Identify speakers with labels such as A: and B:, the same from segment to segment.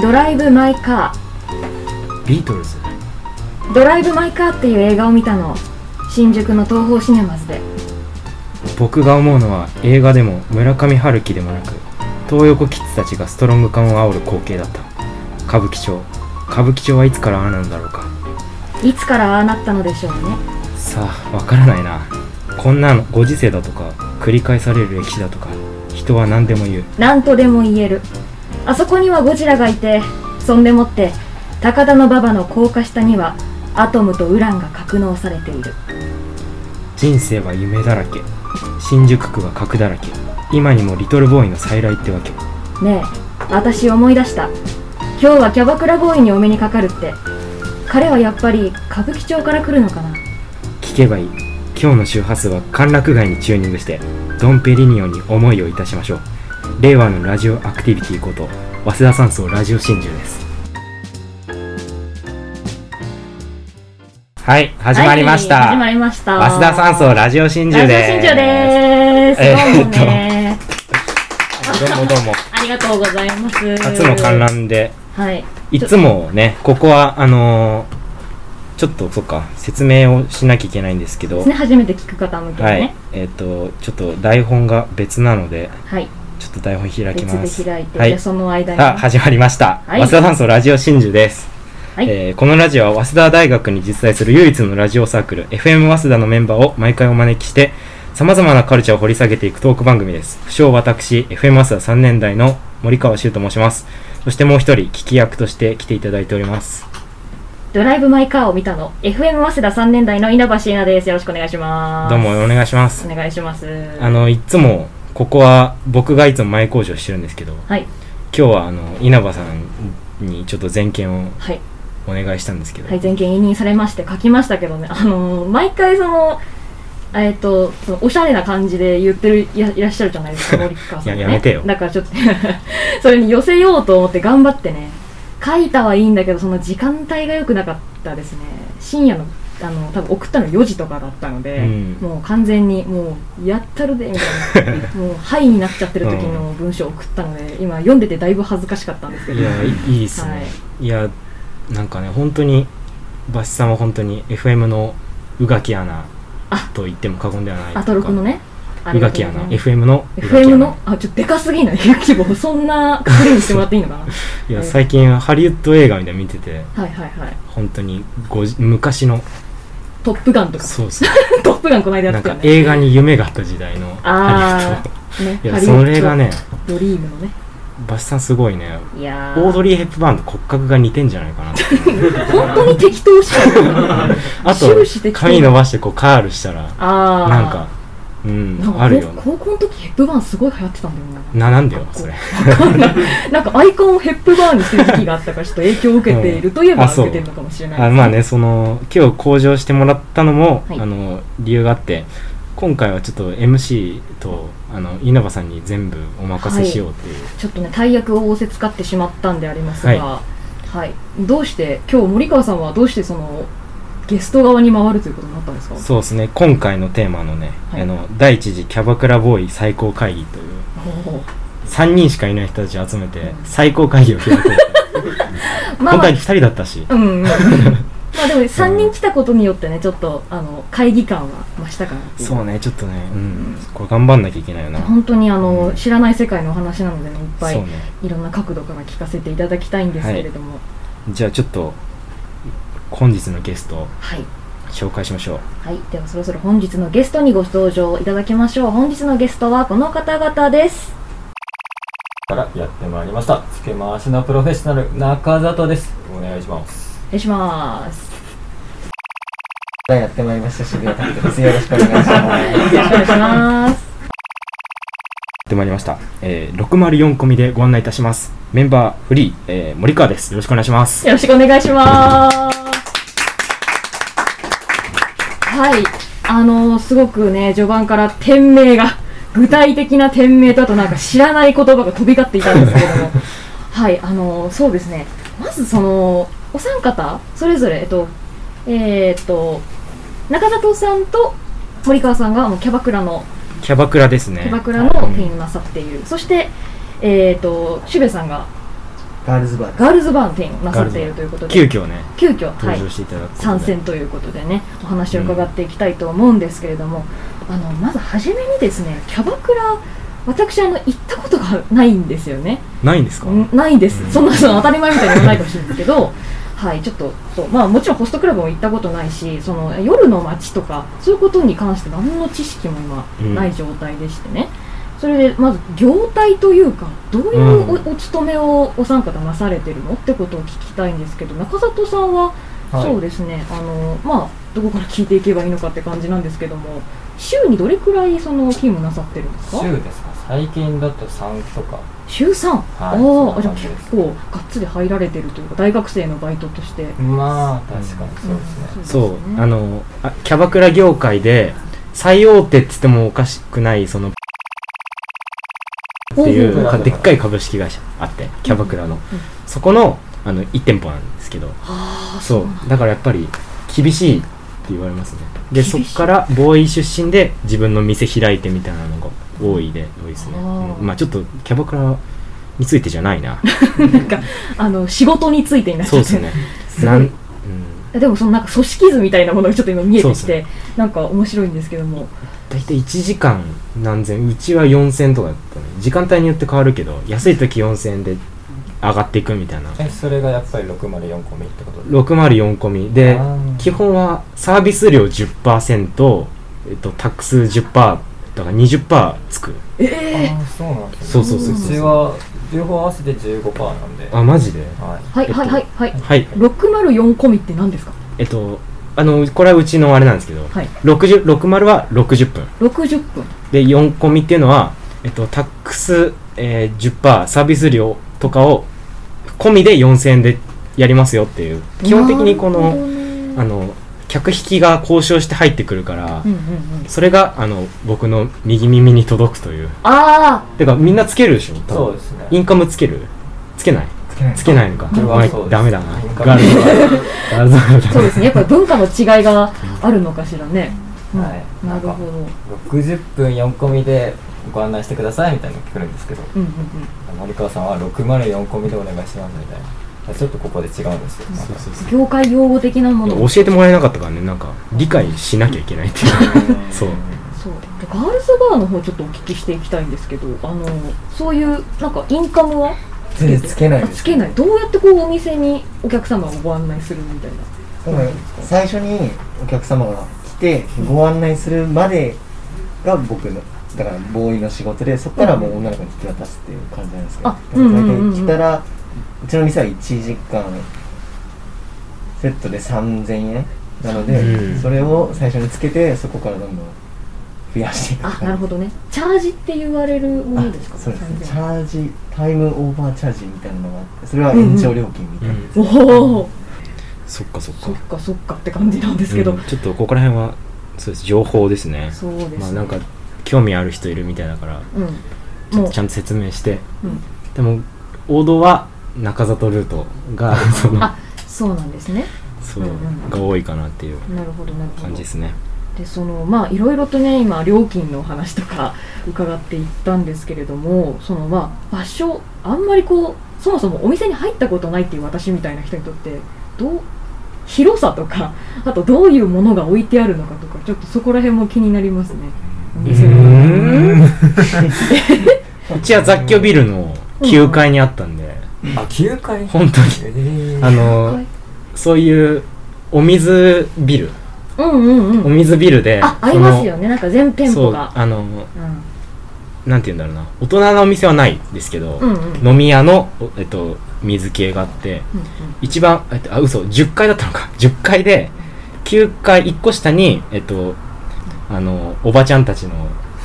A: ドライブ・マイ・カ
B: ビートルズ
A: ードライブ・マイ・カーっていう映画を見たの新宿の東宝シネマズで
B: 僕が思うのは映画でも村上春樹でもなく東横キッズたちがストロング感を煽る光景だった歌舞伎町歌舞伎町はいつからああなんだろうか
A: いつからああなったのでしょうね
B: さあわからないなこんなのご時世だとか繰り返される歴史だとか人は何でも言う
A: なんとでも言えるあそこにはゴジラがいてそんでもって高田馬場の高架下にはアトムとウランが格納されている
B: 人生は夢だらけ新宿区は格だらけ今にもリトルボーイの再来ってわけ
A: ねえ私思い出した今日はキャバクラボーイにお目にかかるって彼はやっぱり歌舞伎町から来るのかな
B: 聞けばいい今日の周波数は歓楽街にチューニングしてドンペリニオンに思いをいたしましょう令和のラジオアクティビティこと早稲田山荘ラジオ真珠ですはい始まりました、
A: はい始まりました
B: 早稲田山荘ラジオ真珠です
A: ラジオ真珠ですどうもね、
B: どうも どうも
A: ありがとうございます
B: 初の観覧で
A: はい
B: いつもねここはあのーちょっとそっか説明をしなきゃいけないんですけど
A: ですね初めて聞く方向けに
B: はい
A: ね、
B: えっ、と、ちょっと台本が別なので、
A: はい、
B: ちょっと台本開きます。
A: 別で開いて、
B: は
A: じゃ
B: い
A: あ。その間に
B: さあ、始まりました。
A: はい
B: 早稲田山荘ラジオ真珠です。
A: はい
B: えーこのラジオは早稲田大学に実在する唯一のラジオサークル FM 早稲田のメンバーを毎回お招きして様々なカルチャーを掘り下げていくトーク番組です不詳私 FM 早稲田3年代の森川修と申しますそしてもう一人聞き役として来ていただいております
A: ドライブ・マイ・カーを見たの FM 早稲田3年代の稲葉椎名ですよろしくお願いします
B: どうもお願いします
A: お願いします
B: あのいつもここは僕がいつも前工場してるんですけど
A: はい
B: 今日はあの稲葉さんにちょっと全権を
A: はい
B: お願いしたんですけど、
A: はい、全権委任されまして書きましたけどね、あのー毎回その、えっ、と、そのおしゃれな感じで言ってるいらいらっしゃるじゃないですか、森川さん、ね。
B: いややめてよ
A: だからちょっと、 それに寄せようと思って頑張ってね、書いたはいいんだけど、その時間帯が良くなかったですね。深夜の、あの、多分送ったの4時とかだったので、
B: うん
A: もう完全に、もう、やったるで、みたい な、もう、はいになっちゃってる時の文章を送ったので、今読んでてだいぶ恥ずかしかったんですけど。
B: いやいいいいっすね、、
A: はい
B: やなんかね本当にバシさんは本当に FM の宇垣アナ
A: あ
B: と言っても過言ではない
A: アトロクのね、あ
B: 宇
A: りがと
B: 垣
A: う
B: ア
A: ござい
B: ナ
A: ます
B: FM の宇垣アナ
A: FM のあちょっとでかすぎない規模そんなくくりにしてもらっていいの かなはい
B: いや
A: はい
B: 最近ハリウッド映画みたいなの見てて
A: はいはい
B: 本当にごじ昔の
A: 「トップガン」とか
B: そうそう
A: 「トップガン」この間や
B: な
A: っ
B: ん
A: たよ
B: か
A: ね
B: 映画に夢があった時代のハ
A: あ
B: リ
A: あ
B: ウッ
A: ね
B: ドいや
A: ハリウッド
B: それがね
A: ドリームのね
B: バシさんすごいね
A: いや
B: オード
A: リ
B: リー・ヘップバーンと骨格が似てんじゃないかなって
A: ー本当に適当しかない
B: あと
A: 終始適当
B: 髪伸ばしてこうカールしたら
A: ああ
B: なんかうん
A: なんか
B: あるよ
A: 高高校の時ヘップバーンすごい流行ってたんだよな
B: ななんでよそれ
A: なんかアイコンをヘップバーンにする時期があったからちょっと影響を受けているといえ
B: うん
A: ば
B: あそう
A: 受けてるのかもしれない
B: あまあねその今日向上してもらったのも、
A: はい
B: あの理由があって今回はちょっと MC とあの稲葉さんに全部お任せしようっていう、
A: ちょっとね大役を仰せつかってしまったんでありますが、
B: は
A: はいどうして今日森川さんはどうしてそのゲスト側に回るということになったんですか
B: そうですね今回のテーマのね、
A: はい
B: あの第一次キャバクラボーイ最高会議という
A: おー
B: 3人しかいない人たちを集めて最高会議を開 こうと
A: まあ、ま
B: 本当
A: あ
B: は2、人だったし
A: うん うん、まあでも3人来たことによってねちょっとあの会議感は増したかなっていう
B: そうねちょっとねうんこれ頑張んなきゃいけないよな
A: 本当にあの、
B: うん
A: 知らない世界のお話なのでねいっぱい、
B: そうね
A: いろんな角度から聞かせていただきたいんですけれども
B: じゃあちょっと本日のゲストを
A: はい
B: 紹介しましょう
A: はい、ではそろそろ本日のゲストにご登場いただきましょう本日のゲストはこの方々です
C: からやってまいりましたつけ回しのプロフェッショナル中里ですお願いします
A: お願いします
D: やってまいりました渋谷拓人ですよろしくお願いします
A: よろしくお願いします
B: やってまいりました、えー、604組でご案内いたしますメンバーフリー、えー、森川ですよろしくお願いします
A: よろしくお願いしますはいあのーすごくね序盤から店名が具体的な店名とあとなんか知らない言葉が飛び交っていたんですけれどもはいあのーそうですねまずそのお三方それぞれえっとえーっと中里さんと森川さんがもうキャバクラの
B: キャバクラですね
A: キャバクラの店員をなさっている、そして、えー、と渋谷さんが
D: ガールズバー
A: ガールズバーの店員をなさっているということで
B: 急遽ね
A: 急遽は
B: 登
A: い
B: 場していただくことで
A: 参戦ということでねお話を伺っていきたいと思うんですけれども、あのまず初めにですねキャバクラ私あの行ったことがないんですよね
B: ないんですか
A: んないです、
B: うん
A: そんなその当たり前みたいなのもないかもしれないですけど はいちょっとそうまあもちろんホストクラブも行ったことないしその夜の街とかそういうことに関して何の知識も
B: うん
A: 今ない状態でしてね、それでまず業態というかどういうお,、
B: う
A: 勤めをお三方なされてるのってことを聞きたいんですけど中里さんは、
D: はい
A: そうですねあのまあどこから聞いていけばいいのかって感じなんですけども週にどれくらいその勤務なさってるんですか
C: 週ですか最近だと3とか
A: 週 3?
C: い
A: あ
C: そ
A: あ、
C: ん
A: じゃあ
C: な感じ
A: 結
C: です
A: 構がっつり入られてるというか、大学生のバイトとして。
C: まあ確かにそうですね、
A: ん
B: そう
A: ですね
B: あのあキャバクラ業界で最大手って言ってもおかしくないそのっていうかでっかい株式会社あってキャバクラの、そこのあの1店舗なんですけど
A: ああ、
B: そうだからやっぱり厳しいって言われますねで
A: 厳しい
B: そっからボーイ出身で自分の店開いてみたいなのが多いで多いですね、
A: あー
B: うんまあちょっとキャバクラについてじゃないな
A: なんか、あの、仕事についてになっち
B: そう
A: ゃ
B: で
A: っ
B: す
A: て。
B: ね
A: すごい
B: なん、うん、
A: でもそのなんか組織図みたいなものがちょっと今見えて
B: そ
A: き
B: うで
A: て、なんか面白いんですけども。
B: 大体1時間何千うちは4000とかだったね時間帯によって変わるけど安い時4000円で上がっていくみたいな
C: えそれがやっぱり604個目ってことです
B: 604込みで
C: あー
B: 基本はサービス料10%、えっと、タックス10%だから20%つく
A: ええ
C: ああそうなんですね
B: そうそうそうそう
C: ちは両方合わせて15%なんで
B: あマジで
C: はい
A: はい、
B: えっと
A: はい、はい、はい。
B: はい
A: 604込みって何ですか
B: えっとあのこれはうちのあれなんですけど、
A: はい
B: 60 60は60分
A: ?60 分。
B: で4込みっていうのは、えっと、タックス、えー、10%サービス料とかを込みで4000円でやりますよっていう基本的にこ
A: なるほ
B: の
A: どね
B: あの客引きが交渉して入ってくるから、
A: うんうんうん。
B: それがあの僕の右耳に届くという
A: あ
B: てかみんなつけるでしょ多分
C: そうですね
B: インカムつけるつけない
D: つけない
B: つけないのか、
C: 僕は
B: まあ
C: そうです
B: ダメだな
C: インカム
B: ガールズバーガールズバー
A: あ、
B: だ
A: そうですね。やっぱり文化の違いがあるのかしらね。うん
C: はい
A: なるほど。うん
C: 60分4込みでご案内してくださいみたいなの来るんですけど
A: うんうん。
C: 森川さんは604込みでお願いしますみたいなちょっとここで違うんですよ
B: そうそうそう
A: 業界用語的なものを
B: 教えてもらえなかったからねなんか理解しなきゃいけないっていうそう
A: そうでガールズバーの方ちょっとお聞きしていきたいんですけどあのそういうなんかインカムは
D: 全然つけない
A: あ
D: です
A: つけないどうやってこうお店にお客様をご案内するみたいな
D: 多分最初にお客様が来てご案内するまでが僕のだからボーイの仕事でそこからもう女の子に引き渡すっていう感じなんですけど
A: あうんうんうんうん
D: 大体来たらうちの店は1時間セットで3000円なので、
B: うん
D: それを最初につけてそこからどんどん増やしていく
A: あなるほどねチャージって言われるものですか
D: あそうです
A: 完
D: ねチ
A: 全に
D: ャージタイムオーバーチャージみたいなのがあってそれは延長料金みたいな、
B: うん
A: おお
B: そっかそっか
A: そっかそっかって感じなんですけど、
B: うんちょっとここら辺はそうです情報ですね
A: そうですね、
B: まあなんか興味ある人いるみたいだから
A: うん
B: ちょっ
A: も
B: とちゃんと説明して
A: う、うん、
B: でも王道は中里ルートが その
A: あそうなんですね
B: そう、
A: うんうん
B: が多いかなっていう
A: なるほどなるほ
B: 感
A: ど
B: じですね
A: でそのまあいろいろとね今料金のお話とか伺っていったんですけれどもそのまあ場所あんまりこうそもそもお店に入ったことないっていう私みたいな人にとってどう広さとかあとどういうものが置いてあるのかとかちょっとそこら辺も気になりますねお
B: う
A: 店の
B: ーんうちは雑居ビルの9階にあったんで
C: あ9回
B: 本当に
C: えー
B: あのそういうお水ビル
A: うんうん
B: お
A: うん
B: 水ビルで
A: あ
B: そ
A: あ
B: の
A: りますよねなんか全店
B: そ
A: 舗
B: う
A: が
B: あ
A: う
B: の
A: ん
B: なんて言うんだろうな大人のお店はないですけど、
A: うんうん
B: 飲み屋の、おえっと、水系があって
A: うん
B: 一番えっとあ嘘10階だったのか10階で9階1個下にえっとあのおばちゃんたちの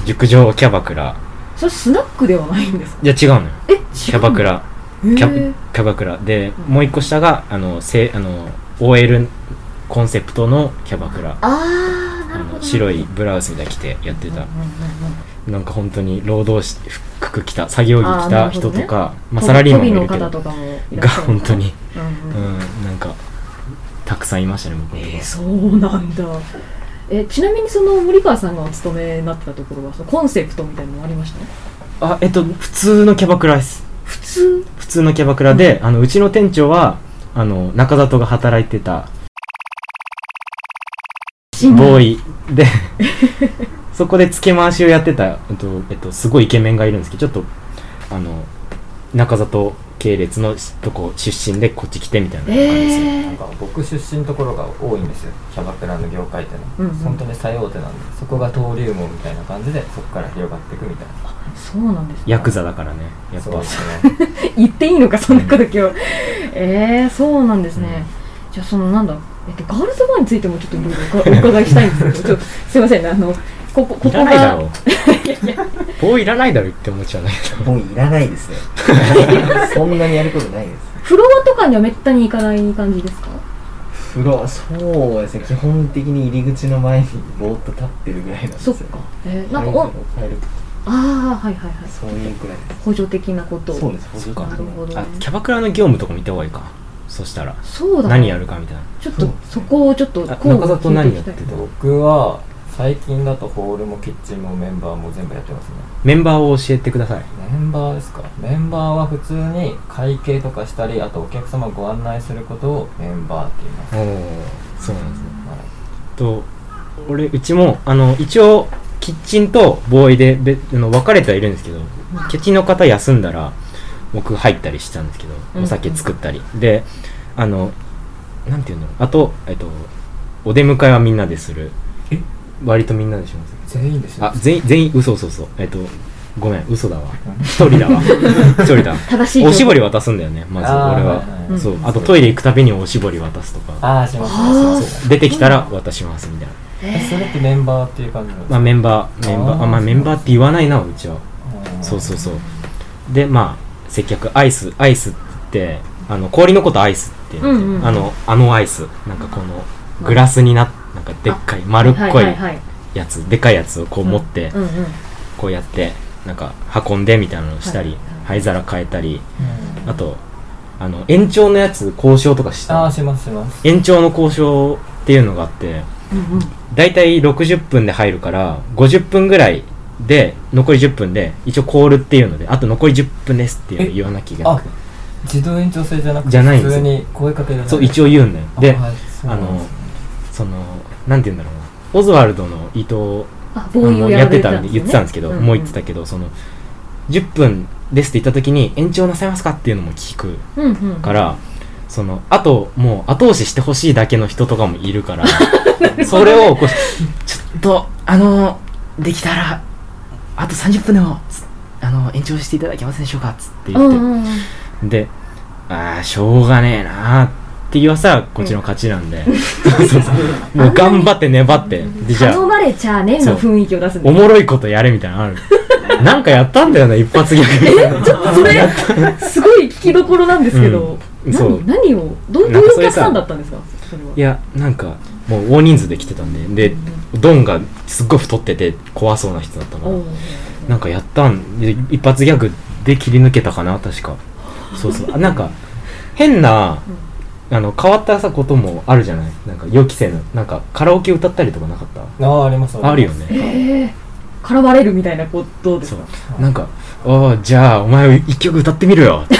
B: 熟女キャバクラ
A: それスナックではないんですか
B: いや違うのよ
A: え違う
B: キャバクラ
A: へー
B: キャキャバクラで
A: うん
B: もう一個下があのせあの OL コンセプトのキャバクラ
A: あーな
B: あ
A: るほど
B: の白いブラウスみたいなの着てやって
A: うんうん
B: た
A: うんうん
B: なんか本当に労働し服着た作業着
A: あー
B: 着
A: な
B: た
A: るほど
B: 人
A: ね
B: とか、まあ、サラリーマンもいる
A: 飛
B: け
A: びの
B: ど
A: 方とかもいら
B: が
A: っしゃる
B: 本当に、
A: うん
B: う
A: うん
B: ん、なんかたくさんいましたね僕のとこ
A: えーそうなんだえちなみにその森川さんがお勤めになってたところはそのコンセプトみたいなのありました
B: あえっと普通のキャバクラです
A: 普通
B: 普普通のキャバクラで、あのうちの店長はあの中里が働いてた
A: シンガー
B: ボーイで そこで付け回しをやってた、えっとえっと、すごいイケメンがいるんですけどちょっとあの中里系列のとこ出身でこっち来てみたいな感じですね、
A: え
C: なん
A: ー、
C: か僕出身のところが多いんですよキャバクラの業界ってのは、
A: うんうん
C: 本当に最大手なんでそこが登竜門みたいな感じでそこから広がっていくみたいな
A: そうなんですね
B: ヤクザだからねやっぱ
C: そうですね
A: 言っていいのかそんなこと今日えー、そうなんですね、じゃあそのなんだえっとガールズバーについてもちょっといろいろお 伺お伺いしたいんですけどちょっとすいませんねあのここここ
B: いらないだろ
A: が
B: 棒いらないだろって思っちゃ うね
D: もういらないですね そんなにやることないです
A: フロアとかにはめったに行かない感じですか
D: 風呂そうですね基本的に入り口の前にぼーっと立ってるぐらいなんです
A: そ
D: よ
A: っか、えー、なんか
D: 入
A: お
D: る入る
A: ああはいはいはい
D: そういうくらいです
A: 補助的なことを
D: そうです補助
B: そっか
A: なるほど、ね
B: あ、キャバクラの業務とか見た方がいいかそしたら
A: そうだ、ね、
B: 何やるかみたいな
A: ちょっとそこをちょっと
B: あ
A: こう
B: 中里何やって
A: 聞い
B: た
A: いき
C: 僕は最近だとホールもキッチンもメンバーも全部やってますね
B: メンバーを教えてください
C: メンバーですかメンバーは普通に会計とかしたりあとお客様をご案内することをメンバーって言いま
B: お
C: す、
B: おそうなんですね
C: はい
B: と俺うちもあの一応キッチンとボーイでべあの分かれてはいるんですけどキッチンの方休んだら僕入ったりしたんですけ
A: うん
B: どお酒作ったり、であのなんていうんだろうあと、えっと、お出迎えはみんなでする
C: え
B: 割とみんなでします
C: 全員ですよ
B: あ全員全員嘘嘘嘘えっとごめん嘘だわ一人だわ一人だわ
A: 正しい
B: おしぼり渡すんだよねまず
C: あー
B: 俺は、
C: い
A: う
C: い
A: ん
B: そうあとトイレ行くたびにおしぼり渡すとか
C: ああしますしますします
A: あ
B: 出てきたら渡しますみたいな
C: えそれってメンバーっていう感じなんです
B: まあ
C: か、
B: メンバーメンバー
C: あー
B: あまあメンバーって言わないなうちは
C: うん
B: そうそうそうでまあ接客アイスアイスってあの氷のことアイスって言うんですよ
A: うんうん
B: あのあのアイスなんかこのグラスにななんかでっかい丸っこい
A: はいはいはい
B: やつでかいやつをこう持って
A: うんうんうん
B: こうやってなんか運んでみたいなのをした
A: は
B: り
A: い
B: 灰皿変えたり
C: うん
B: あとあの延長のやつ交渉とかし
C: ああ
B: た
C: しますします
B: 延長の交渉っていうのがあって
A: うんうん
B: 大体60分で入るから50分ぐらいで残り10分で一応コールっていうのであと残り10分ですっていうのを言わなきゃいけな
C: あ
B: くて
C: 自動延長制じゃなくて
B: じゃないんで
C: 普
B: す
C: 通
B: よ
C: に声かけられる
B: そう一応言うんだよで
C: あ,、はい、そうなんですね
B: そのなんて言うんだろうなオズワルドの伊藤
A: あ
B: あ
A: ボーイ
B: の
A: を
B: や
A: や
B: って
A: て
B: た
A: た
B: ん
A: ん
B: で
A: で
B: 言ってたんですけど、もう言ってたけどその10分ですって言った時に延長なさいますかっていうのも聞く
A: たうんうん
B: から、そのあともう後押ししてほしいだけの人とかもい るからそれをこうちょっとあのできたらあと30分でもつあの延長していただけませんでしょうかつって
A: うんう
B: 言って、
A: んうん
B: でああしょうがねえなーって言わさこっちの勝ちなんで、そうそう もう頑張って粘ってでじゃ
A: 頼
B: あ
A: まれちゃうねんの雰囲気を出すん
B: お
A: で
B: もろいことやれみたいなのあるなんかやったんだよね一発ギャグみたいな
A: ちょっとそ れすごい聞きどころなんですけど、
B: うんそ
A: 何
B: う
A: 何をどうどう
B: な
A: んいう
B: かそ
A: お
B: れ
A: 客
B: さ
A: さんだったんですかそれはい
B: やなんかもう大人数で来てたんででドンがすっごい太ってて怖そうな人だったか
A: お
B: ら
A: う
B: なんかやったんで一発ギャグで切り抜けたかな確かそうそうあなんか変なあの変わったさこともあるじゃないなんか予期せぬなんかカラオケ歌ったりとかなかった
C: あああります
B: あるよね
A: ええ絡まれるみたいなことです
B: そう
A: か
B: なんか「おーじゃあお前一曲歌ってみろよ」 って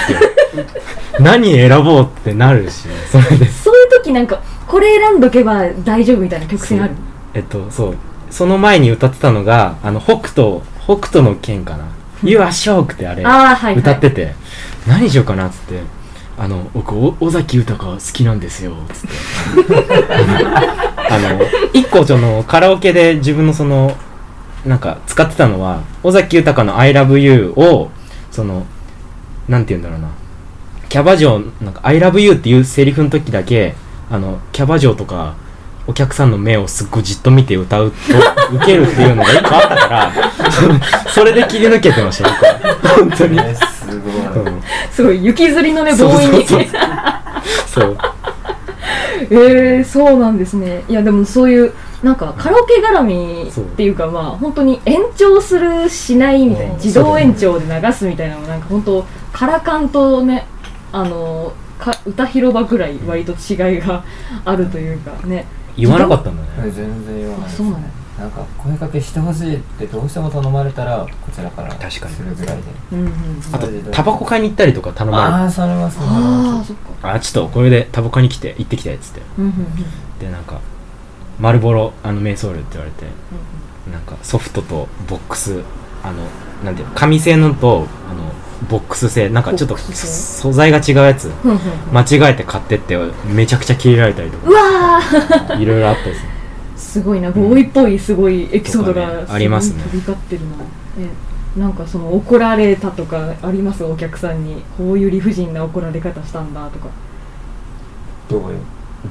B: 何選ぼうってなるしそれで
A: そういう時なんかこれ選んどけば大丈夫みたいな曲線ある
B: えっとそうその前に歌ってたのがあの北斗北斗の剣かな「You are shock」ってあれ
A: ああはい、はい、
B: 歌ってて、何しようかなっつって「あの僕お尾崎豊好きなんですよ」っつって あの一個そのカラオケで自分のそのなんか使ってたのは尾崎豊の「ILOVEYOU」をそのなんて言うんだろうなキャバ嬢なんか「ILOVEYOU」っていうセリフの時だけあのキャバ嬢とかお客さんの目をすっごいじっと見て歌うとウケるっていうのが一個あったからそれで切り抜けてました僕 は本当に
C: ねすごい、
B: うん
A: すごい雪吊りのね
B: そう
A: ボーイに
B: そうそうそう
A: ええそうなんですねいやでもそういうなんかカラオケ絡みっていうかまあ本当に延長するしないみたいな
B: うん
A: 自動延長で流すみたいなのなんか本当カラカンとねあのか歌広場ぐらい割と違いがあるというかね
B: 言わなかったんだね
C: 全然言わ
A: あ
C: ないです
A: そうなの
C: なんか声かけしてほしいってどうしても頼まれたらこちらから
B: 確かに
C: するぐらいで
A: うんうん、
B: あとタバコ買いに行ったりとか頼ま
C: あ
B: れ
C: あされますね
A: ああそっか、
B: るあちょっとこれでタバコ買いに来て行ってきたやつって
A: うんうんうんうん
B: でなんか「丸ボロあのメイソール」って言われてなんかソフトとボックスあのなんていうの紙製のとあのボックス製なんかちょっと
A: ボックス製
B: 素材が違うやつ
A: うんうんうん
B: 間違えて買ってってめちゃくちゃ切れられたりと
A: う
B: か
A: わー
B: いろいろあったですね
A: すごいなボーイっぽいすごいエピソード
B: とかね
A: が
B: ありますね
A: すごい飛び交ってるなえなんかその怒られたとかありますお客さんにこういう理不尽な怒られ方したんだ とか
C: どうよ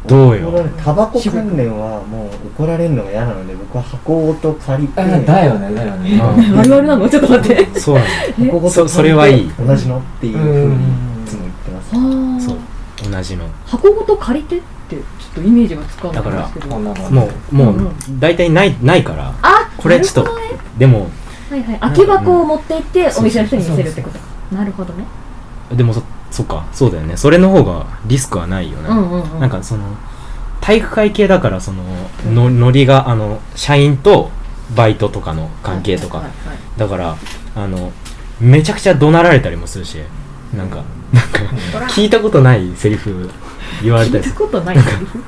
B: どう
D: もう
B: よ
D: ねタバコ関連はもう怒られるのが嫌なので僕は箱ごと借りて
C: あーだよねだよね
B: あ
A: 我々なのちょっと待って
B: そうなんだ
D: 箱ごと借り
B: そ
D: て
B: それはいい
D: 同じのっていうふうにいつも言ってます
A: あ
B: そう
A: あ
B: 同じの
A: 箱ごと借りてってちょっとイメージがつかないんですけど
C: こんなの
B: もうも
A: うん
B: う大体ないないから
A: あ
B: これちょっ
A: な
B: と
A: るほどね
B: でも
A: はいはい空き箱を持って行って
B: うん
A: お店の人に見せるってことかなるほどね
B: でもそそっかそうだよねそれの方がリスクはないよね、
A: うんうんうん
B: なんかその体育会系だからそののノリがあの社員とバイトとかの関係とか、
A: はいはいはい
B: だからあのめちゃくちゃ怒鳴られたりもするしなんかなんか聞いたことないセリフ言われ
A: 聞い
B: たりす
A: た
B: る
A: ことないセリフ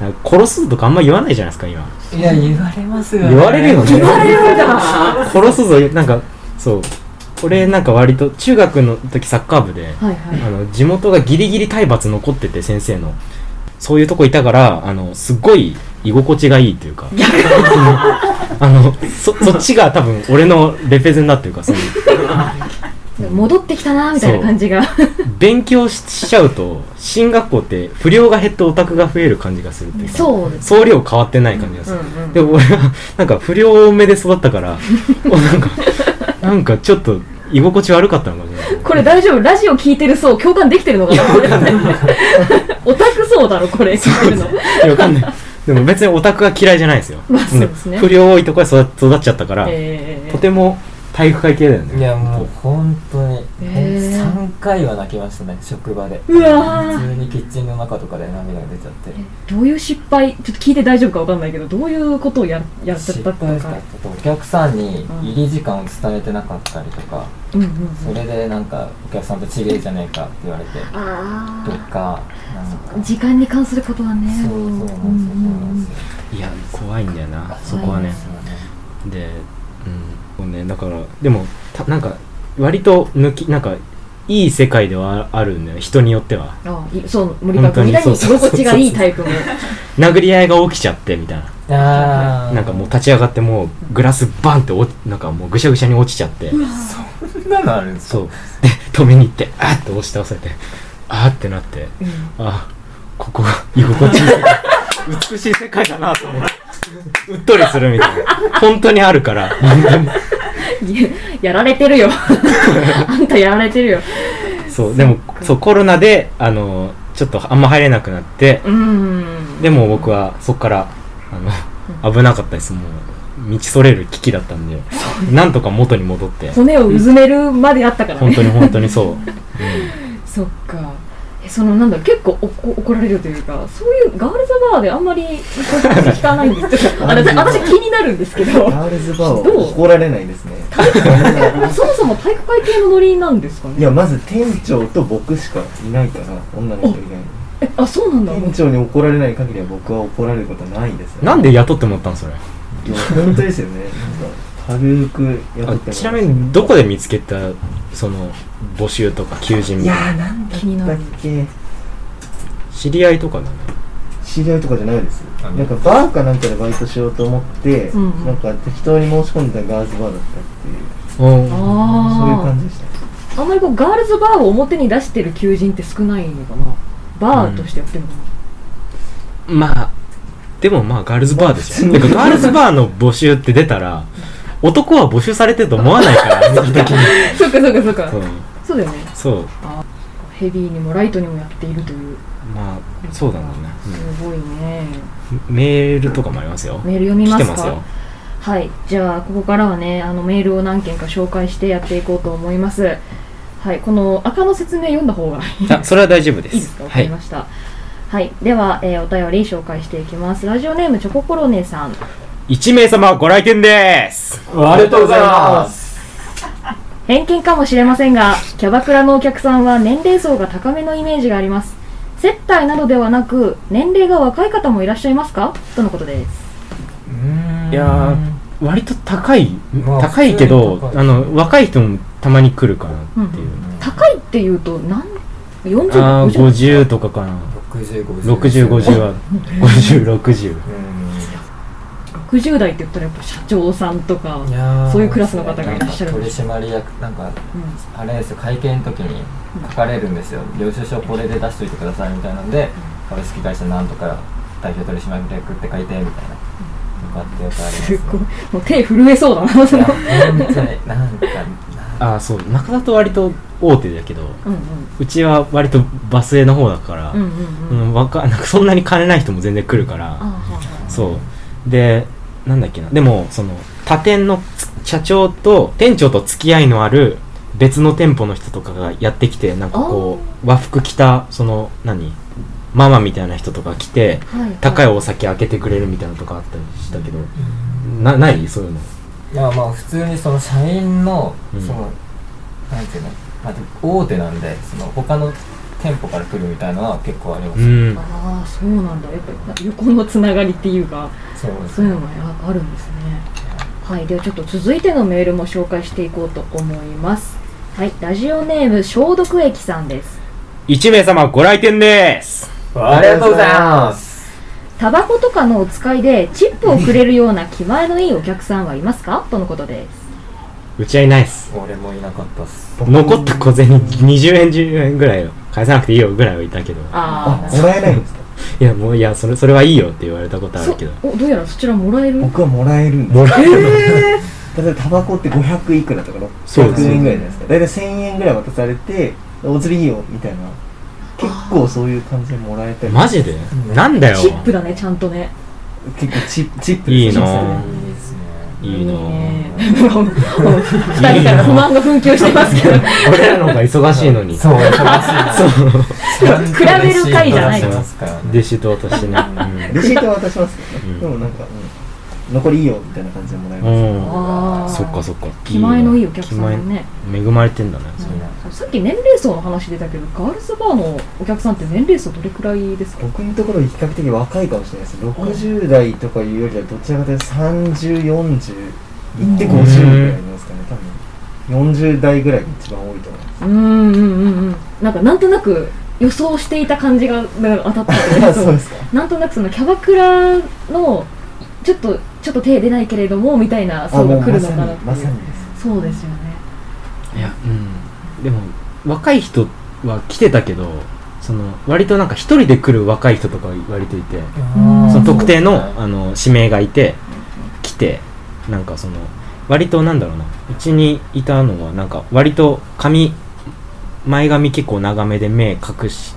B: なんか殺すぞとかあんま言わないじゃないですか今
C: いや言われますよね
B: 言われるよね
A: 言われるんだ
B: 殺すぞなんかそう俺なんか割と中学の時サッカー部で、
A: はいはい
B: あの地元がギリギリ体罰残ってて先生のそういうとこいたからあのすっごい居心地がいいというか あのそそっちが多分俺のレペゼンだっていうかその
A: 戻ってきたなみたいな感じが
B: 勉強ししちゃうと進学校って不良が減ってオタクが増える感じがするっていうか
A: そうです
B: 総量変わってない感じがする、
A: うんうん
B: でも俺はなんか不良多めで育ったから もうなんかなんかちょっと居心地悪かったのかもしれない
A: これ大丈夫ラジオ聞いてる層共感できてるのかなオタク層だろこれ聞いてるの
B: いやわかんないでも別にオタクが嫌いじゃないですよ、
A: まあそうですね
B: うん不良多いとこで育育っちゃったから、
A: え
B: とても体育会系だよね
C: いやもう本当に、
A: へー
C: 3回は泣きましたね職場で
A: うわー
C: 普通にキッチンの中とかで涙が出ちゃって
A: どういう失敗ちょっと聞いて大丈夫かわかんないけどどういうことをややっちゃっ
C: 失
A: たと
C: 敗した
A: か
C: ことお客さんに入り時間を伝えてなかったりとか、
A: うんうんうん
C: それでなんかお客さんとちげえじゃねえかって言われてと
A: あ
C: かなんか
A: ー時間に関することはね
C: そうそうなんですよそうなんですよ
B: いや怖いんだよなそこはね
C: そうなんですよね
B: でうんそうねだからでもたなんか割と抜きなんかいい世界ではあるんだよ人によっては
A: あいそう森川君みたいに
B: 本当
A: 居
B: にそうそうそう
A: 心地がいいタイプも
B: 殴り合いが起きちゃってみたいな
C: あー
B: なんかもう立ち上がってもうグラスバンっておなんかもうぐしゃぐしゃに落ちちゃって
C: そんなのあるんですか
B: そうで止めに行ってあーって押し倒されてあーってなって
A: うん
B: あここが居心地いい世界美しい世界だなと思ってうっとりするみたいな本当にあるから
A: いややられてるよあんたやられてるよ
B: そうでもそうコロナであのちょっとあんま入れなくなって
A: うーん
B: でも僕はそこからあの危なかったですもう道それる危機だったんでなんとか元に戻って
A: 骨をうずめるまであったから
B: 本
A: ね
B: 当に本当にそう、うん
A: そっかえそのなんだろう結構おこ怒られるというかそういうガールズバーであんまりこういう話聞かないんですけどあの私気になるんですけど
D: ガールズバー
A: どう
D: は怒られないですね
A: そもそも体育会系のノリなんですか
D: い
A: ね
D: やまず店長と僕しかいないから女の人以
A: えあそうなんだ
D: 外に店長に怒られない限りは僕は怒られることないですね
B: なんで雇ってもらったのそれ
D: いや本当ですよねなんか軽くやって
B: あ
D: もらう
B: ちなみにどこで見つけたその募集とか求人
D: い
B: み
D: や
B: たいな
D: ーなんだ
A: 気にな
D: だ
A: る
D: っけ
B: 知り合いとかだね
D: 知り合いとかじゃないです
C: あ
D: なんかバーかなんかでバイトしようと思って、
A: うんうん
D: なんか適当に申し込んだガールズバーだったってい
B: う
D: う
B: ん
D: そういう
A: あ
D: 感じでした
A: ああんまりこうガールズバーを表に出してる求人って少ないのかなバーとしてやってるのかな、
B: まあでもまあガールズバーでしょ
D: まあ
B: てかガールズバーの募集って出たら男は募集されてると思わない から基本的に
A: そっかそっかそっか
B: そう
A: そうだよね
B: そう
A: ヘビーにもライトにもやっているという
B: まあそうだろうね、
A: すごいね
B: うんメールとかもありますよ
A: メール読み
B: 来
A: ま
B: て
A: す
B: ま
A: か
B: すよ
A: はいじゃあここからはねあのメールを何件か紹介してやっていこうと思いますはいこの赤の説明読んだ方が
B: あそれは大丈夫で
A: い
B: す
A: いですかわ
B: は
A: かり
B: い
A: ました。はい、では、えーお便り紹介していきます。ラジオネームチョココロネさん。
B: 1名様ご来店です
C: ありがとうございます。
A: 偏見かもしれませんがキャバクラのお客さんは年齢層が高めのイメージがあります接待などではなく年齢が若い方もいらっしゃいますかとのことです
C: うーん
B: いや割と高い、
C: まあ
B: 高いけど
C: 普通に高い
B: あの若い人もたまに来るかなっていう、
A: 高いっていうと何40
B: ああ
A: 50
B: 50とかかな
C: 60、50。
B: 6050は5060
A: 60代って言ったらやっぱ社長さんとか
C: うんいやー
A: そういうクラスの方がいらっしゃる
C: なんか取締役、なんか、
A: う
C: あれですよ、会計の時に書かれるんですよ。領収書これで出しといてくださいみたいなんで、株式会社なんとか代表取締役って書いて、みたいな。とかってよくありますす
A: っ
C: ね。
A: ごいもう手震えそうだなそ
C: い
A: の
C: や本当に、なんか、
B: ああそう中田と割と大手だけど
A: うんうん
B: うちは割とバスへの方だから、
A: うんうん
B: う
A: うん
B: ん、わか なんかそんなに金ない人も全然来るから
A: ああ
B: そうでなんだっけなでもその他店のつ社長と店長と付き合いのある別の店舗の人とかがやってきてなんかこう和服着たその何ママみたいな人とか来て
A: はいはい
B: 高いお酒開けてくれるみたいなのとかあったりしたけどなないそういうの
C: いやまあ普通にその社員の
B: うん
C: その、なんていうの、まあ、大手なんでその他の店舗から来るみたいなのは結構あります、
B: うん
A: ああそうなんだやっぱ横のつながりっていうか
C: そうです
A: そういうのがああるんですねはいではちょっと続いてのメールも紹介していこうと思いますはいラジオネーム消毒液さんです
B: 1名様ご来店です
C: ありがとうございます
A: タバコとかのお使いでチップをくれるような気前のいいお客さんはいますかとのことです
B: うちはいないっす
C: 俺もいなかったっす
B: 残った小銭20円10円ぐらいを返さなくていいよぐらいはいたけど
A: あ
D: あもらえないんですか
B: いやもういやそれそれはいいよって言われたことあるけど
A: おどうやらそちらもらえる
D: 僕はもらえるんです
B: もらえる
D: 例えばタバコって500いくらとか
B: そうです
D: 600円ぐらいじゃないですか大体1000円ぐらい渡されてお釣りいいよみたいな結構そういう感じでもらえたり
B: マジでなんだよ
A: チップだねちゃんとね
D: 結構チップチップ
B: いい
D: です
B: な
D: ね
B: あ
C: いいですね
B: いいなぁ
A: ね二人から不満が紛糾してますけど
B: 俺らの方が忙しいのに
C: そう忙しいなちゃんと
A: 比べる回じゃない
C: レシート出しますからね
B: 弟子と私ね
D: レシートは渡しますけどね、
B: うん
D: でもなんか、うん残りいいよみたいな感じでもらえ
B: う
D: ます、
B: んうん
A: ああ
B: そっかそっか
A: 気前のいいお客さんだね
B: 気前恵まれてんだね
C: 前のいい
A: うんさっき年齢層の話出たけどガールズバーのお客さんって年齢層どれくらいですか
D: 僕のところ比較的若いかもしれないです60代とかいうよりはどちらかというと3040いって50
B: うん
D: ぐらいなんですかね多分40代ぐらいが一番多いと思います
A: うんうんうんうんなんかなんとなく予想していた感じがなんか当たったというか
D: あそうですか
A: なんとなくそのキャバクラのちょっとちょっと手出ないけれどもみたいな
D: あ
A: 層
D: も
A: が
D: う
A: 来る
D: ま
A: の
D: さ
A: かなっ
D: に
A: て
D: ま
A: い
D: さ
A: う
D: にです
A: そうですよね
B: いやうんでも若い人は来てたけどその割となんか一人で来る若い人とか割といて
A: うん
B: その
A: そう
B: 特定の
C: あ
B: あの指名がいて来てなんかその割となんだろうなうちにいたのはなんか割と髪前髪結構長めで目隠し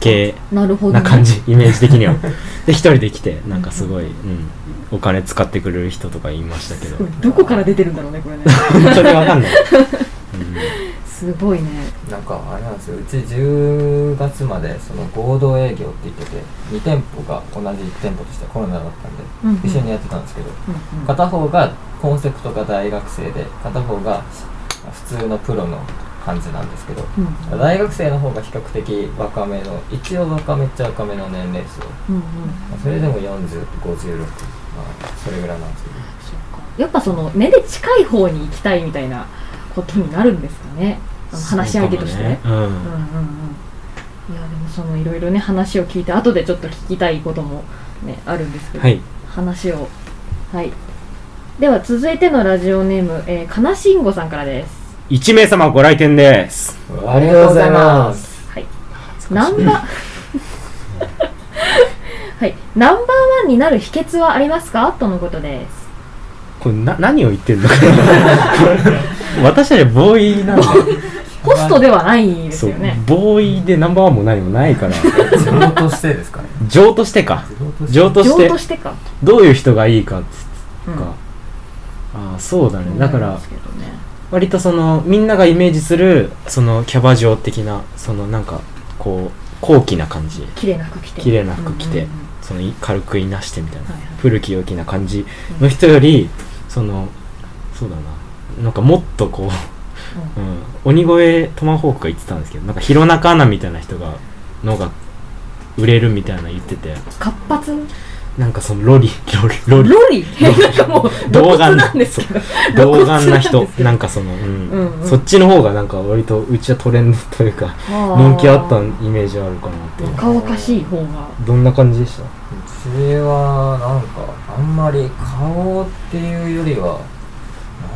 B: 系
A: なるほど、ね、
B: な感じイメージ的 にはで一人で来てなんかすごい、うん、お金使ってくれる人とかいましたけ
A: すご
B: ど
A: いどこから出てるんだろうねこれね
B: 本当にわかんない、
A: すごいね
C: なんかあれなんですようち10月までその合同営業って言ってて2店舗が同じ1店舗としてコロナだったんで、
A: うんうん
C: 一緒にやってたんですけど
A: うんうん
C: 片方がコンセプトが大学生で片方が普通のプロの感じなんですけど
A: うん
C: 大学生の方が比較的若めの一応若めっちゃ若めの年齢層
A: うんうん
C: それでも4056まあそれぐらいなんですけど
A: そっかやっぱその目で近い方に行きたいみたいなことになるんですかねあの 話し相手として
B: そ
A: う
B: うかもね
A: んうんうんいやでもそのいろいろね話を聞いて後でちょっと聞きたいこともねあるんです
B: う
A: け
B: ん
A: ど、
B: はい
A: 話をはいでは続いてのラジオネーム、えー、かなしんごさんからです
B: 1名様ご来店です
D: ありがとうございます
A: はいナンバー はいナンバーワンになる秘訣はありますかとのことです
B: これな何を言ってんの かな私たちはボーイなんだよ
A: ホストではないです
B: そう
A: よね
B: ボーイでナンバーワンも何もない から
C: 自動としてですかね
B: 情としてか
C: 自動
B: 情と
C: と
B: し
A: 情
B: て
A: としてか、
B: どういう人がいいかっつ
A: う
B: うんか、ああそうだねだから
A: ですけどね
B: 割とそのみんながイメージするそのキャバ嬢的なそのなんかこう高貴な感じ
A: 綺麗な服着て
B: 綺麗な服着て
A: うんうんうん
B: そそのい軽くいなしてみたいな、
A: はいはい
B: 古き良きな感じの人より、そのそうだななんかもっとこう、うん、鬼越トマホークが言ってたんですけどなんか弘中アナみたいな人がのが売れるみたいなの言ってて
A: 活発
B: なんかそのロリロリロリ
A: ロリ なんかもう露
B: 童
A: 骨
B: 顔
A: なんですけど
B: 童顔 な人
A: 露骨んですけど
B: なんかその、うん
A: うんうん
B: そっちの方がなんか割とうちはトレンドというか
A: あー
B: 人気あったイメージあるかなっていう
A: 若々しい方が
B: どんな感じでした
C: ちはなんかあんまり顔っていうよりは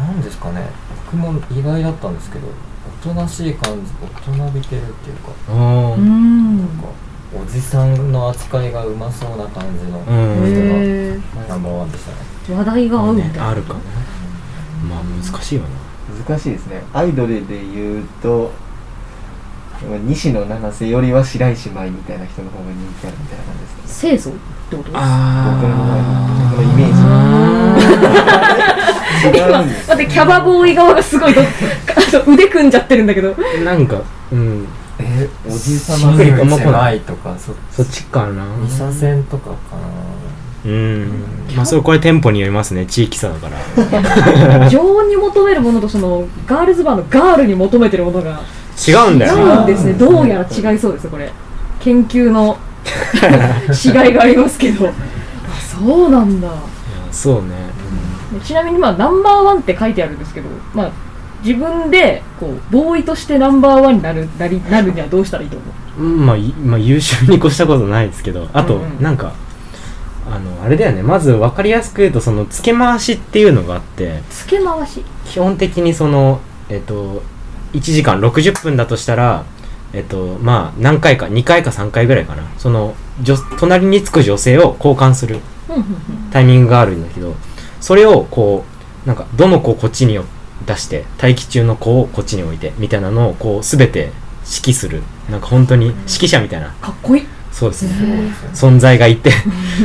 C: 何ですかね僕も意外だったんですけどおとなしい感じ大人びてるっていうか
B: あ
A: うーん
C: なんかおじさんの扱いがうまそうな感じの
B: あうん、
A: へ
C: ナンバーワンでしたね
A: え話題が合うんだ、
B: ね、あるかなまあ難しいよな
D: 難しいですねアイドルで言うと西野七瀬よりは白石麻衣みたいな人の方が人気あるみたいな感じですね
A: 清楚ってこと
D: あー僕のイメージ
A: 今
D: 違うんです
A: 待ってキャバボーイ側がすごいどあの 腕組んじゃってるんだけ ど
B: なんかうん
C: え
D: おじさま
B: シンプル
C: が
B: に
C: 狭いとかそ
B: そっちかな
C: 二車線とかかな
B: うんまあそうこれ店舗によりますね地域差だから
A: 情に求めるものとそのガールズバーのガールに求めてるものが
B: 違うんだ
A: 違
B: よ
A: う
B: なん
A: ですねどうやら違いそうですこれ研究 の違いがありますけどあそうなんだ
B: いやそうね
A: ちなみにまあナンバーワンって書いてあるんですけどまあ自分でこうボーイとしてナンバーワンになるなりなるにはどうしたらいいと思う
B: うんまあ、いまあ優秀に越したことないですけどあと、
A: うんうん
B: なんかあのあれだよねまず分かりやすく言うとその付け回しっていうのがあって
A: つけ回し
B: 基本的にそのえっと1時間60分だとしたらえっとまあ何回か2回か3回ぐらいかなその女隣につく女性を交換する
A: うんうんうん
B: タイミングがあるんだけどそれをこうなんかどの子をこっちに出して待機中の子をこっちに置いてみたいなのをこう全て指揮するなんか本当に指揮者みたいな
A: かっこいい
B: そうですね
C: すごいですよね
B: 存在がいて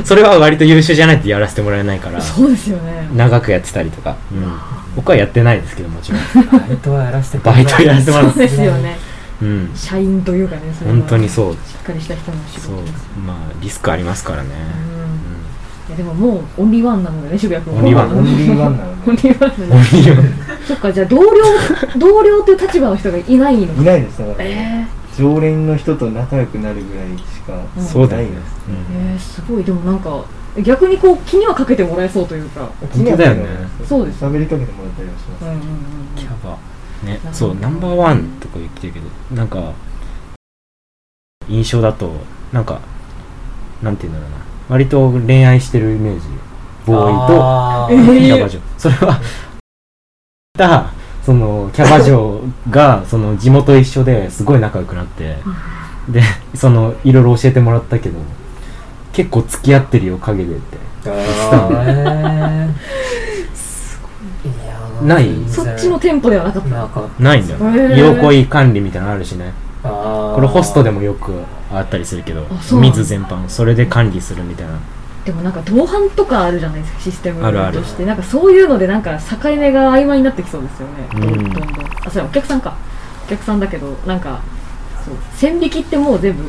B: それは割と優秀じゃないとやらせてもらえないから
A: そうですよね
B: 長くやってたりとか、うん、僕はやってないですけどもちろん、
C: バイトはやらせてくれ
B: バイトやらせてもら
A: そうですよね
B: うん、
A: 社員というかねそれは
B: 本当にそう
A: しっかりした人の仕
B: そう
A: 事です
B: まあリスクありますからね、
A: うん
B: う
A: いやでももうオンリーワンなのでね渋谷君は
B: オンリーワ
D: オンリーワンなの
A: オン
D: で
A: リーワン
B: ん、
A: なので
B: 鬼よ
A: そっかじゃあ同僚 同僚という立場の人がいないの
D: いないですだから、
A: え
D: 常連の人と仲良くなるぐらいしか
A: うん
B: そうだ
D: な
B: よ
D: い
B: ね
D: で、す
B: う
A: ー
B: ん
A: えー、すごいでもなんか逆にこう気にはかけてもらえそうというか
B: 本当だよね
A: そうです
D: 喋りかけてもらったりはし
A: う
D: ま
A: んうんうん
D: す
B: キャバね
A: うん
B: そうナンバーワンとか言ってるけどなんか印象だとなんかなんて言うんだろうな割と恋愛してるイメージボーイと
C: あ
A: え
C: ー
A: ー
B: キャバ嬢それはたそのキャバ嬢がその地元一緒ですごい仲良くなってでそのいろいろ教えてもらったけど結構付き合ってるよ陰でって
C: あーいやー
B: ない
C: 全然
A: そっちの店舗ではなかった
C: なかった
B: ないんだよ
A: へー
B: 色恋管理みたいなのあるしね
C: あー
B: これホストでもよくあったりするけど
A: あそう
B: 水全般それで管理するみたいな
A: でもなんか同伴とかあるじゃないですかシステム
B: あるある
A: としてなんかそういうのでなんか境目が曖昧になってきそうですよね、
B: うん
A: どんどんどんあそれお客さんかお客さんだけどなんかそう線引きってもう全部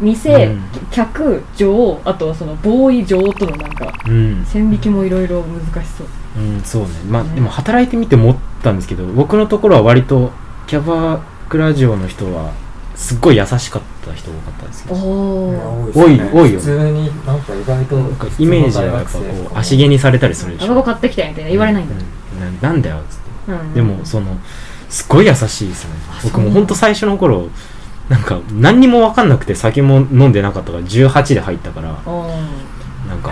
A: 店、
B: うん
A: 客女王あとはそのボーイ女王とのなんか
B: うん、
A: 線引きもいろいろ難しそう
B: うん、そうねまあ
A: ね
B: でも働いてみて思ったんですけど僕のところは割とキャバクラ嬢の人はすっごい優しかった人多かったですけ
A: お
B: ど
A: おー
C: 多ですね
B: 多い多いよ
C: 普通になんか意外と
B: なんかイメージはやっぱこう足毛にされたりするで
A: タ
B: し
A: バコ
B: ょ
A: 買ってきたみたいな言われないんだ、
B: うんななんだよっつって
A: うん
B: でもそのすごい優しいですね僕
A: そ
B: も
A: う
B: ほんと最初の頃なんか何にも分かんなくて酒も飲んでなかったから18で入ったから
A: おー
B: なんか、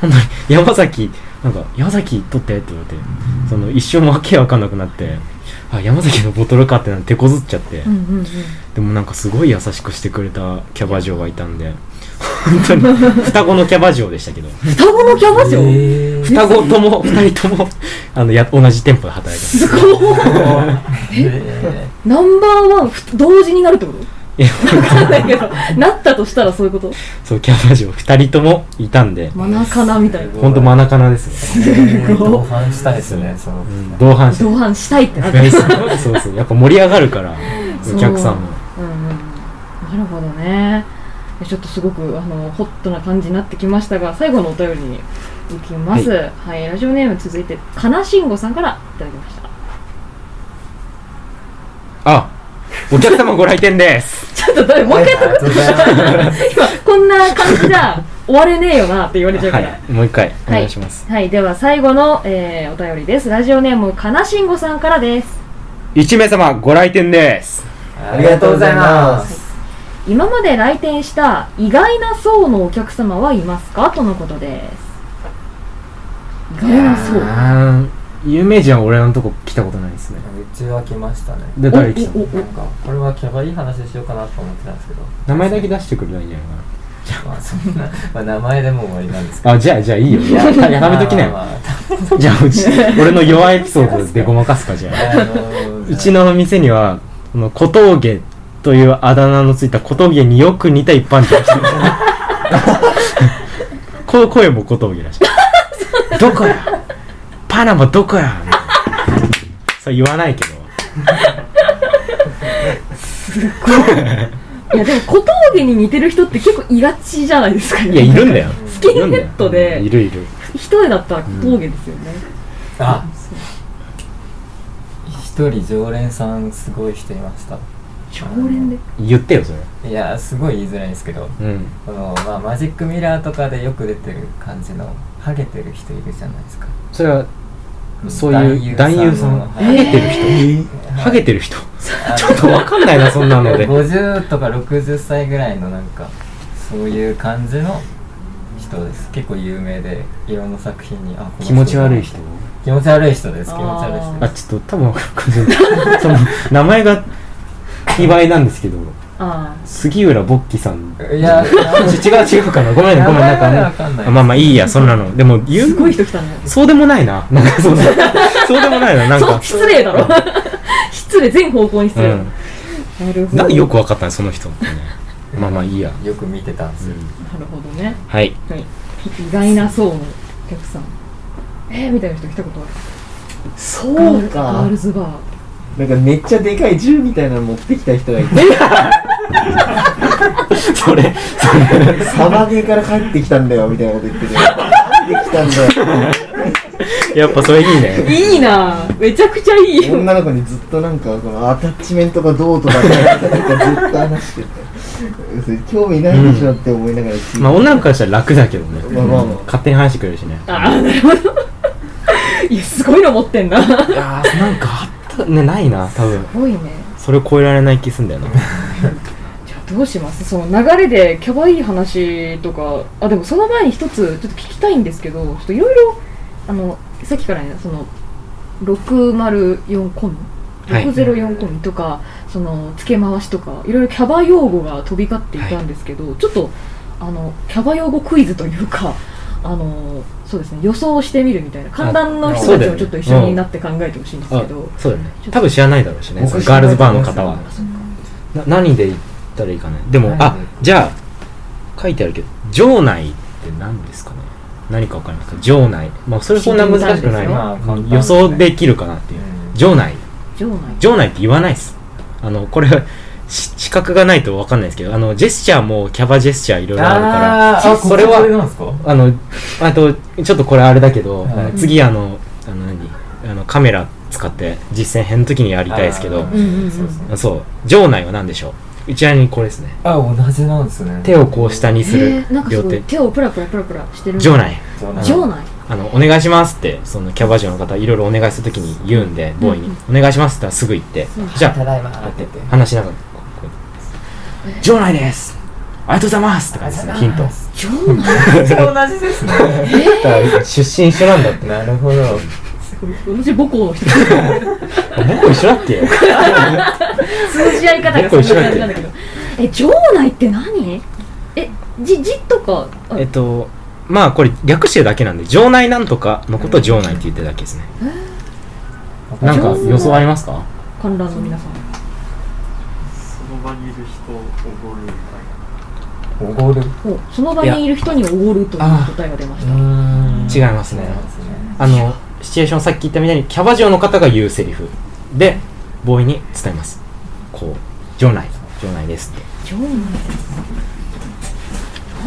B: 本当に山崎、なんか、山崎取ってって言われて、その一瞬わけわかんなくなって、あ、山崎のボトルかってなって手こずっちゃって、
A: うんうんうん
B: でもなんかすごい優しくしてくれたキャバ嬢がいたんで、本当に、双子のキャバ嬢でしたけど、
A: 双子のキャバ嬢、
C: え
B: 双子と も、二人とも、あの、や、同じ店舗で働いてます。
A: すごい
C: え
A: ナンバーワンふ同時になるってこと
B: いや
A: わかんないけどなったとしたらそういうこと
B: そう、キャバ嬢二人ともいたんで、
A: マナカナみたいな
B: ほんと真中なですね。
A: すごい
C: 同伴したいですねそ
B: う
C: の
B: ん、同伴して。
A: 同伴したいってなってる
B: そうそう、やっぱ盛り上がるから、お客さんも。
A: うんうんなるほどねちょっとすごくあのホットな感じになってきましたが最後のお便りに行きますはい、ラジオネーム続いてかなしんごさんからいただきました
B: あお客様ご来店です
A: ちょっと誰もう一回やっ
C: とうございます
A: て今 こんな感じじゃ終われねえよなって言われちゃうから、
B: はいもう一回お願いします、
A: はい、では最後の、えーお便りですラジオネームかなしんごさんからです
B: 一名様ご来店です
C: ありがとうございます。
A: 今まで来店した意外な層のお客様はいますかとのことです意外な層
B: あー有名人は俺のとこ来たことないですね
C: うちは来ましたね。
B: で誰来た
A: お
B: の
A: お
C: なんか、これはキャバいい話しようかなと思ってたんですけど、
B: 名前だけ出してくれないんじゃない
C: まあそんな、まあ名前でもう終わりなんですけ
B: かなあじゃあじゃあい いよ
C: ど。
B: ややめときな
C: ま
B: よ
C: あまあ
B: じゃあうち俺の弱いエピソードでごまかすかじゃあ
C: あの
B: うちの店にはこの小峠というあだ名のついた小峠によく似た一般人が来てますこう声も小峠らしいどこやパナマどこやみたいなそう言わないけど
A: いやでも小峠に似てる人って結構いがちじゃないですか
B: いやいるんだよ
A: スキンヘッドで
B: いるんだよいるいる
A: 一人だったら小峠ですよね、
C: あ一人常連さんすごい人いました。
A: 常連で
B: 言ってよそれ
C: いや、すごい言いづらいんですけど、
B: うん
C: この、まあマジックミラーとかでよく出てる感じの、ハゲてる人いるじゃないですか。
B: それはそういう
C: 男
B: 男
C: 優
B: 優
C: さ
B: さ
C: ん
B: ん
C: の
B: ハゲてる人、ハゲてる人ちょっとわかんないなそんなので
C: 50とか60歳ぐらいのなんかそういう感じの人です結構有名でいろんな作品にあこの人
B: 気持ち悪い人
C: 気持ち悪い人です
A: あ
C: 気
A: ー
C: 持ち悪い人
B: あ
C: です
B: ちょっと多分わ かんないその名前が非売なんですけど
A: あ
B: 杉浦ぼっきさん
C: いや
B: ち違う違うかなごめん
C: 名
B: ごめん
C: 前
B: なん
C: まで
B: か
C: わかんない
B: あまあまあいいやそんなのでも
A: あ
B: 言
A: すご
B: う
A: い人来たね
B: そうでもないななんかそうそうでもないななん
A: そう
B: か
A: 失礼だろ 失礼全方向に失
B: う
A: 礼、
B: ん
A: なるほど
B: なんかよくわかったねその人ってねまあまあいいや
C: よく見てたんですよ、
A: なるほどね
B: はい
A: はい、意外な層のお客さんえー、みたいな人来たことある
D: そう
A: ガ
D: か
A: ールズバ
D: なんかめっちゃでかい銃みたいなの持ってきた人がいて
B: それ
D: サバゲーから帰ってきたんだよみたいなこと言っててなんで来たんだよ
B: やっぱそれいいね
A: ーいいなぁめちゃくちゃいいよ
D: 女の子にずっとなんかこのアタッチメントがどうとかなんかずっと話しててそれ興味ないでしょって思いながら聞いて、
B: まあ女の子からしたら楽だけどね、
D: まあまあまあ
B: 勝手に話してくれるしね
A: あーなるほどいやすごいの持ってんなす
B: いやーなんかあったねないな多分
A: ごいね
B: それを超えられない気すんだよな
A: じゃあどうしますその流れでキャバいい話とかあでもその前に一つちょっと聞きたいんですけどちょっといろいろあのさっきからねその604コンビ
B: はい
A: 604コンビとか、その付け回しとかいろいろキャバ用語が飛び交っていたんですけど、ちょっとあのキャバ用語クイズというかあのそうですね予想してみるみたいな観覧の人
B: そう
A: たち
B: だよ
A: も
B: ね
A: ちょっと一緒になって考えてほしいんですけ
B: あ
A: ど、
B: そうだね多分知らないだろうしねそのガールズバーの方はな何で行ったらいいかねでも
C: 何で
B: あじゃあ書いてあるけど場内って何ですかね何か分かりますか場内まあそれそんな難しくない
C: まあ簡単ですね
B: 予想できるかなっていう
C: うん
B: 場内
A: 場内
B: 場内って言わないっすあのこれし資格がないと分かんないですけどあのジェスチャーもキャバジェスチャーいろいろあるから
C: あーあ
B: それ
C: ここ
B: は
C: なんですか
B: あの、あと、ちょっとこれあれだけど、
C: はい
B: あの次あの、あの何、あのカメラ使って実践編の時にやりたいですけど
C: あ、
A: うんうんうん
C: ーそうですね
B: そう、場内は何でしょううちらにこれですね。
C: あ同じなんですね
B: 手をこう下にする、
A: えー、なんかす
B: 両
A: ごい
B: 手。
A: 手をプラプラプラプラしてる
B: 場内。
C: 場
A: 場内
B: あの、お願いしますって、そのキャバ嬢の方、いろいろお願いするときに言うんで、ボーイに、お願いしますって言ったらすぐ行って、じゃ
C: ただいまーって言って
B: あ、話しながら、こうこう場内ですありがとうございますって感じですね、ヒント。
A: 場内
C: めっちゃ同じですね
B: だから出身一緒なんだって。
C: なるほど
A: 私母校の人
B: 僕一緒だっ け
A: 通じ合い方がそんな感じなんだけどえ場内って何えじじとかあ
B: えっとまあこれ略してるだけなんで場内なんとかのことを場内って言ってるだけですね、なんか予想ありますか
A: 観覧の皆さん
E: その場にいる人をおごるみたいな
C: おごるう
A: おその場にいる人におごるという答えが出ました
C: ん
B: 違いますねあのシチュエーションさっき言ったみたいにキャバ嬢の方が言うセリフでボーイに伝えますこう場内場内ですって
A: 場内な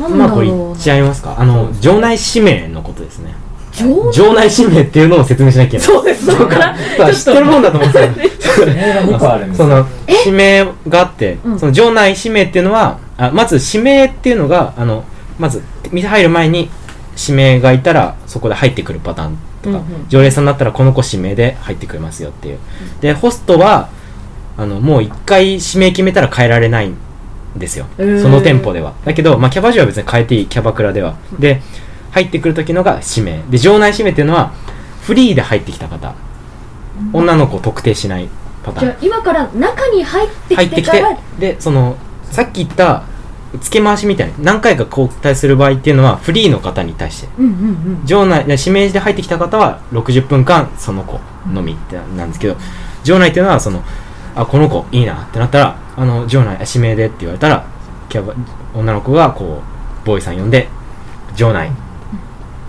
B: うん
A: だろ
B: まく
A: う
B: いっちゃいますかあの場内指名のことですね
A: 上
B: 場内指名っていうのを説明しなきゃいけない
A: そうですそこから
B: まあ
A: ち
B: 知ってるもんだと思って たよ
C: 名が2個あるんで
B: そ
C: すよ
B: の指名があって
A: うん
B: その場内指名っていうのはあまず指名っていうのがあのまず店入る前に指名がいたらそこで入ってくるパターンとか、
A: うんうん
B: 常連さんだったらこの子指名で入ってくれますよっていうでホストはあのもう1回指名決めたら変えられないんですよ
A: へー
B: その店舗ではだけど、まあ、キャバ嬢は別に変えていいキャバクラではで入ってくる時のが指名で場内指名っていうのはフリーで入ってきた方女の子を特定しないパターン
A: じゃあ今から中に入って
B: 入
A: き
B: って
A: て
B: き
A: か
B: て
A: ら
B: でそのさっき言った付け回しみたいな何回か交代する場合っていうのはフリーの方に対して
A: うんうんうん
B: 場内指名で入ってきた方は60分間その子のみってなんですけど場内っていうのはそのあこの子いいなってなったらあの場内指名でって言われたらキャバ女の子がこうボーイさん呼んで場内って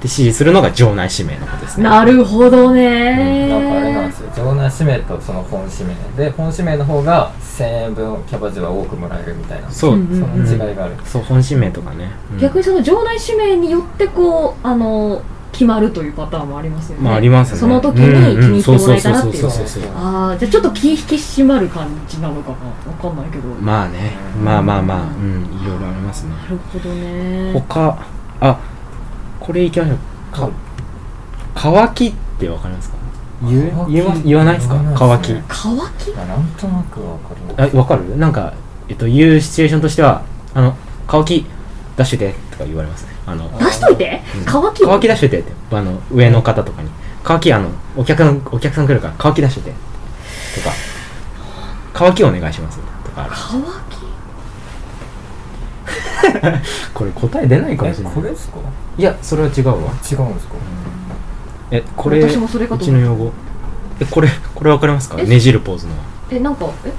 B: 指示するのが場内指名のことですね
A: なるほどね
C: なんかあれなんですよ場内指名とその本指名で本指名の方が1000円分キャバ嬢は多くもらえるみたいなそ
B: そう、
A: うんうん
C: の違いがある、
B: そう本指名とかね、うん
A: 逆にその場内指名によってこうあの決まるというパターンもありますよね、
B: まあありますね
A: その時に気に入ってもらえたらって
B: んん
A: い
B: そううそうそうそうそうそう
A: ああじゃあちょっと気引き締まる感じなのかなわかんないけど、な
B: まあね、まあまあまあ、うん、いろいろありますね。
A: るほどね
B: 他、あ、これいきましょう。か、乾きってわかりますか言う
C: 乾き
B: 言います言わないですか
C: 言わない
B: 乾
C: で
B: き
C: すね。
A: 乾き
C: まあなんとなくわかります
B: あ、わかるなんか、えっと、言うシチュエーションとしては、あの、乾き、出しといてとか言われますね。あの、
A: 出しといて乾き
B: 乾き出しといてって、あの、上の方とかに。乾き、あの、お客さん、お客さん来るから乾き出しといて。とか、乾きお願いします。とかある。
A: 乾き
B: これ答え出ないかもし
C: え
B: れない
C: こ。れですか
B: いや、それは違うわ。
C: 違うんですか
B: えこれ
A: 私もそれか
B: う
A: と
B: ち
A: 思
B: の
A: った
B: 用語えこれこれわかりますか
A: え
B: ねじるポーズの
A: えなんかえ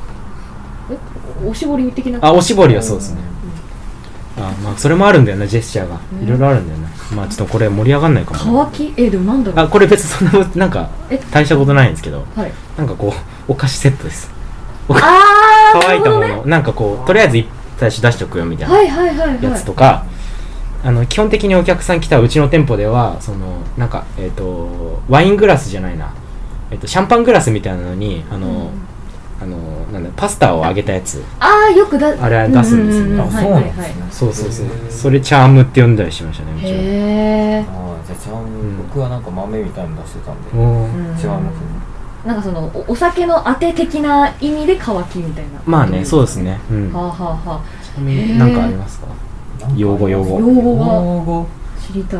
A: えおしぼり的な
B: あおしぼりはそうですね、あまあそれもあるんだよなジェスチャーが
A: ね
B: いろいろあるんだよなまあちょっとこれ盛り上がんないかも
A: 乾きえでもなんだろう
B: あこれ別にそんななんか
A: え
B: 大したことないんですけど
A: はい
B: なんかこうお菓子セットです
A: ああな
B: 乾
A: る
B: い
A: ほ
B: た
A: ど
B: もの、
A: ね
B: なんかこうとりあえず最初出しとくよみたいな
A: はいはいはい
B: や
A: は
B: つ
A: い
B: とか、あの基本的にお客さん来たうちの店舗ではそのなんかえっ、とワイングラスじゃないな、えっとシャンパングラスみたいなのにあの、
A: うん
B: あのなんだパスタをあげたやつ
A: ああよくだ
B: あれ出すんですよ
A: う
B: ね
A: うう
C: あ
A: は
C: そ
A: いうは
C: ないんです
A: は
C: ね
A: い
B: そうそうそう
C: へー
B: それチャームって呼んだりしましたねうちは
A: へえ
C: ああじゃあちゃん、
B: ん
C: 僕はなんか豆みたいの出してたんで、違い
B: おー
C: ますね
A: なんかそのおお酒のあて的な意味で乾きみたいな
B: まあねそうですねう
A: はあ
B: ん
A: はあはへー
B: なんかありますか
C: なんかあります
B: 用語用語
A: 用語が
C: 用語
A: あ知りたい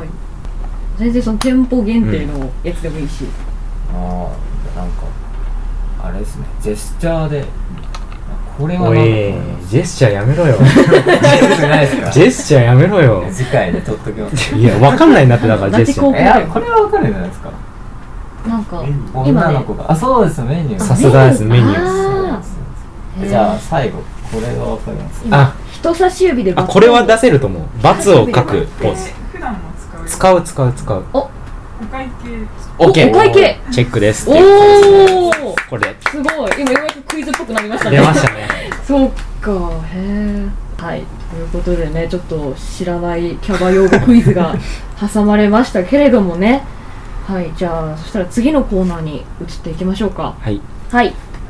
A: 全然その店舗限定のやつでもいいし、
C: ああなんかあれですねジェスチャーでこれは
B: お
C: なんか
B: いジェスチャーやめろよ
C: 良くないですか
B: ジェスチャーやめろよ
C: 次回で撮っとき ます
B: いやわかんないなってだからジェスチャー
C: えあこれはわかるんじゃないですか
A: なんか今
C: 女の
A: ね
C: 子が、あそうですメニュー
B: さすがですメニューです
C: そうなん
A: あ
C: です
A: ー
C: じゃあ最後これがわかります
A: 今
B: あ
A: 人差し指で
B: あ
A: バッ
B: これは出せると思う罰を書くポーズ
F: 普段も使う
B: 使う使う使う
F: お会計
A: お
B: オッケー
A: お会計
B: チェックです
A: お
B: っていう
A: お
B: これ
A: すごい今ようやくクイズっぽくなりましたね
B: 出ましたね
A: そうかへえはいということでねちょっと知らないキャバ用語クイズが挟まれましたけれどもねはいじゃあそしたら次のコーナーに移っていきましょうか
B: はい
A: はい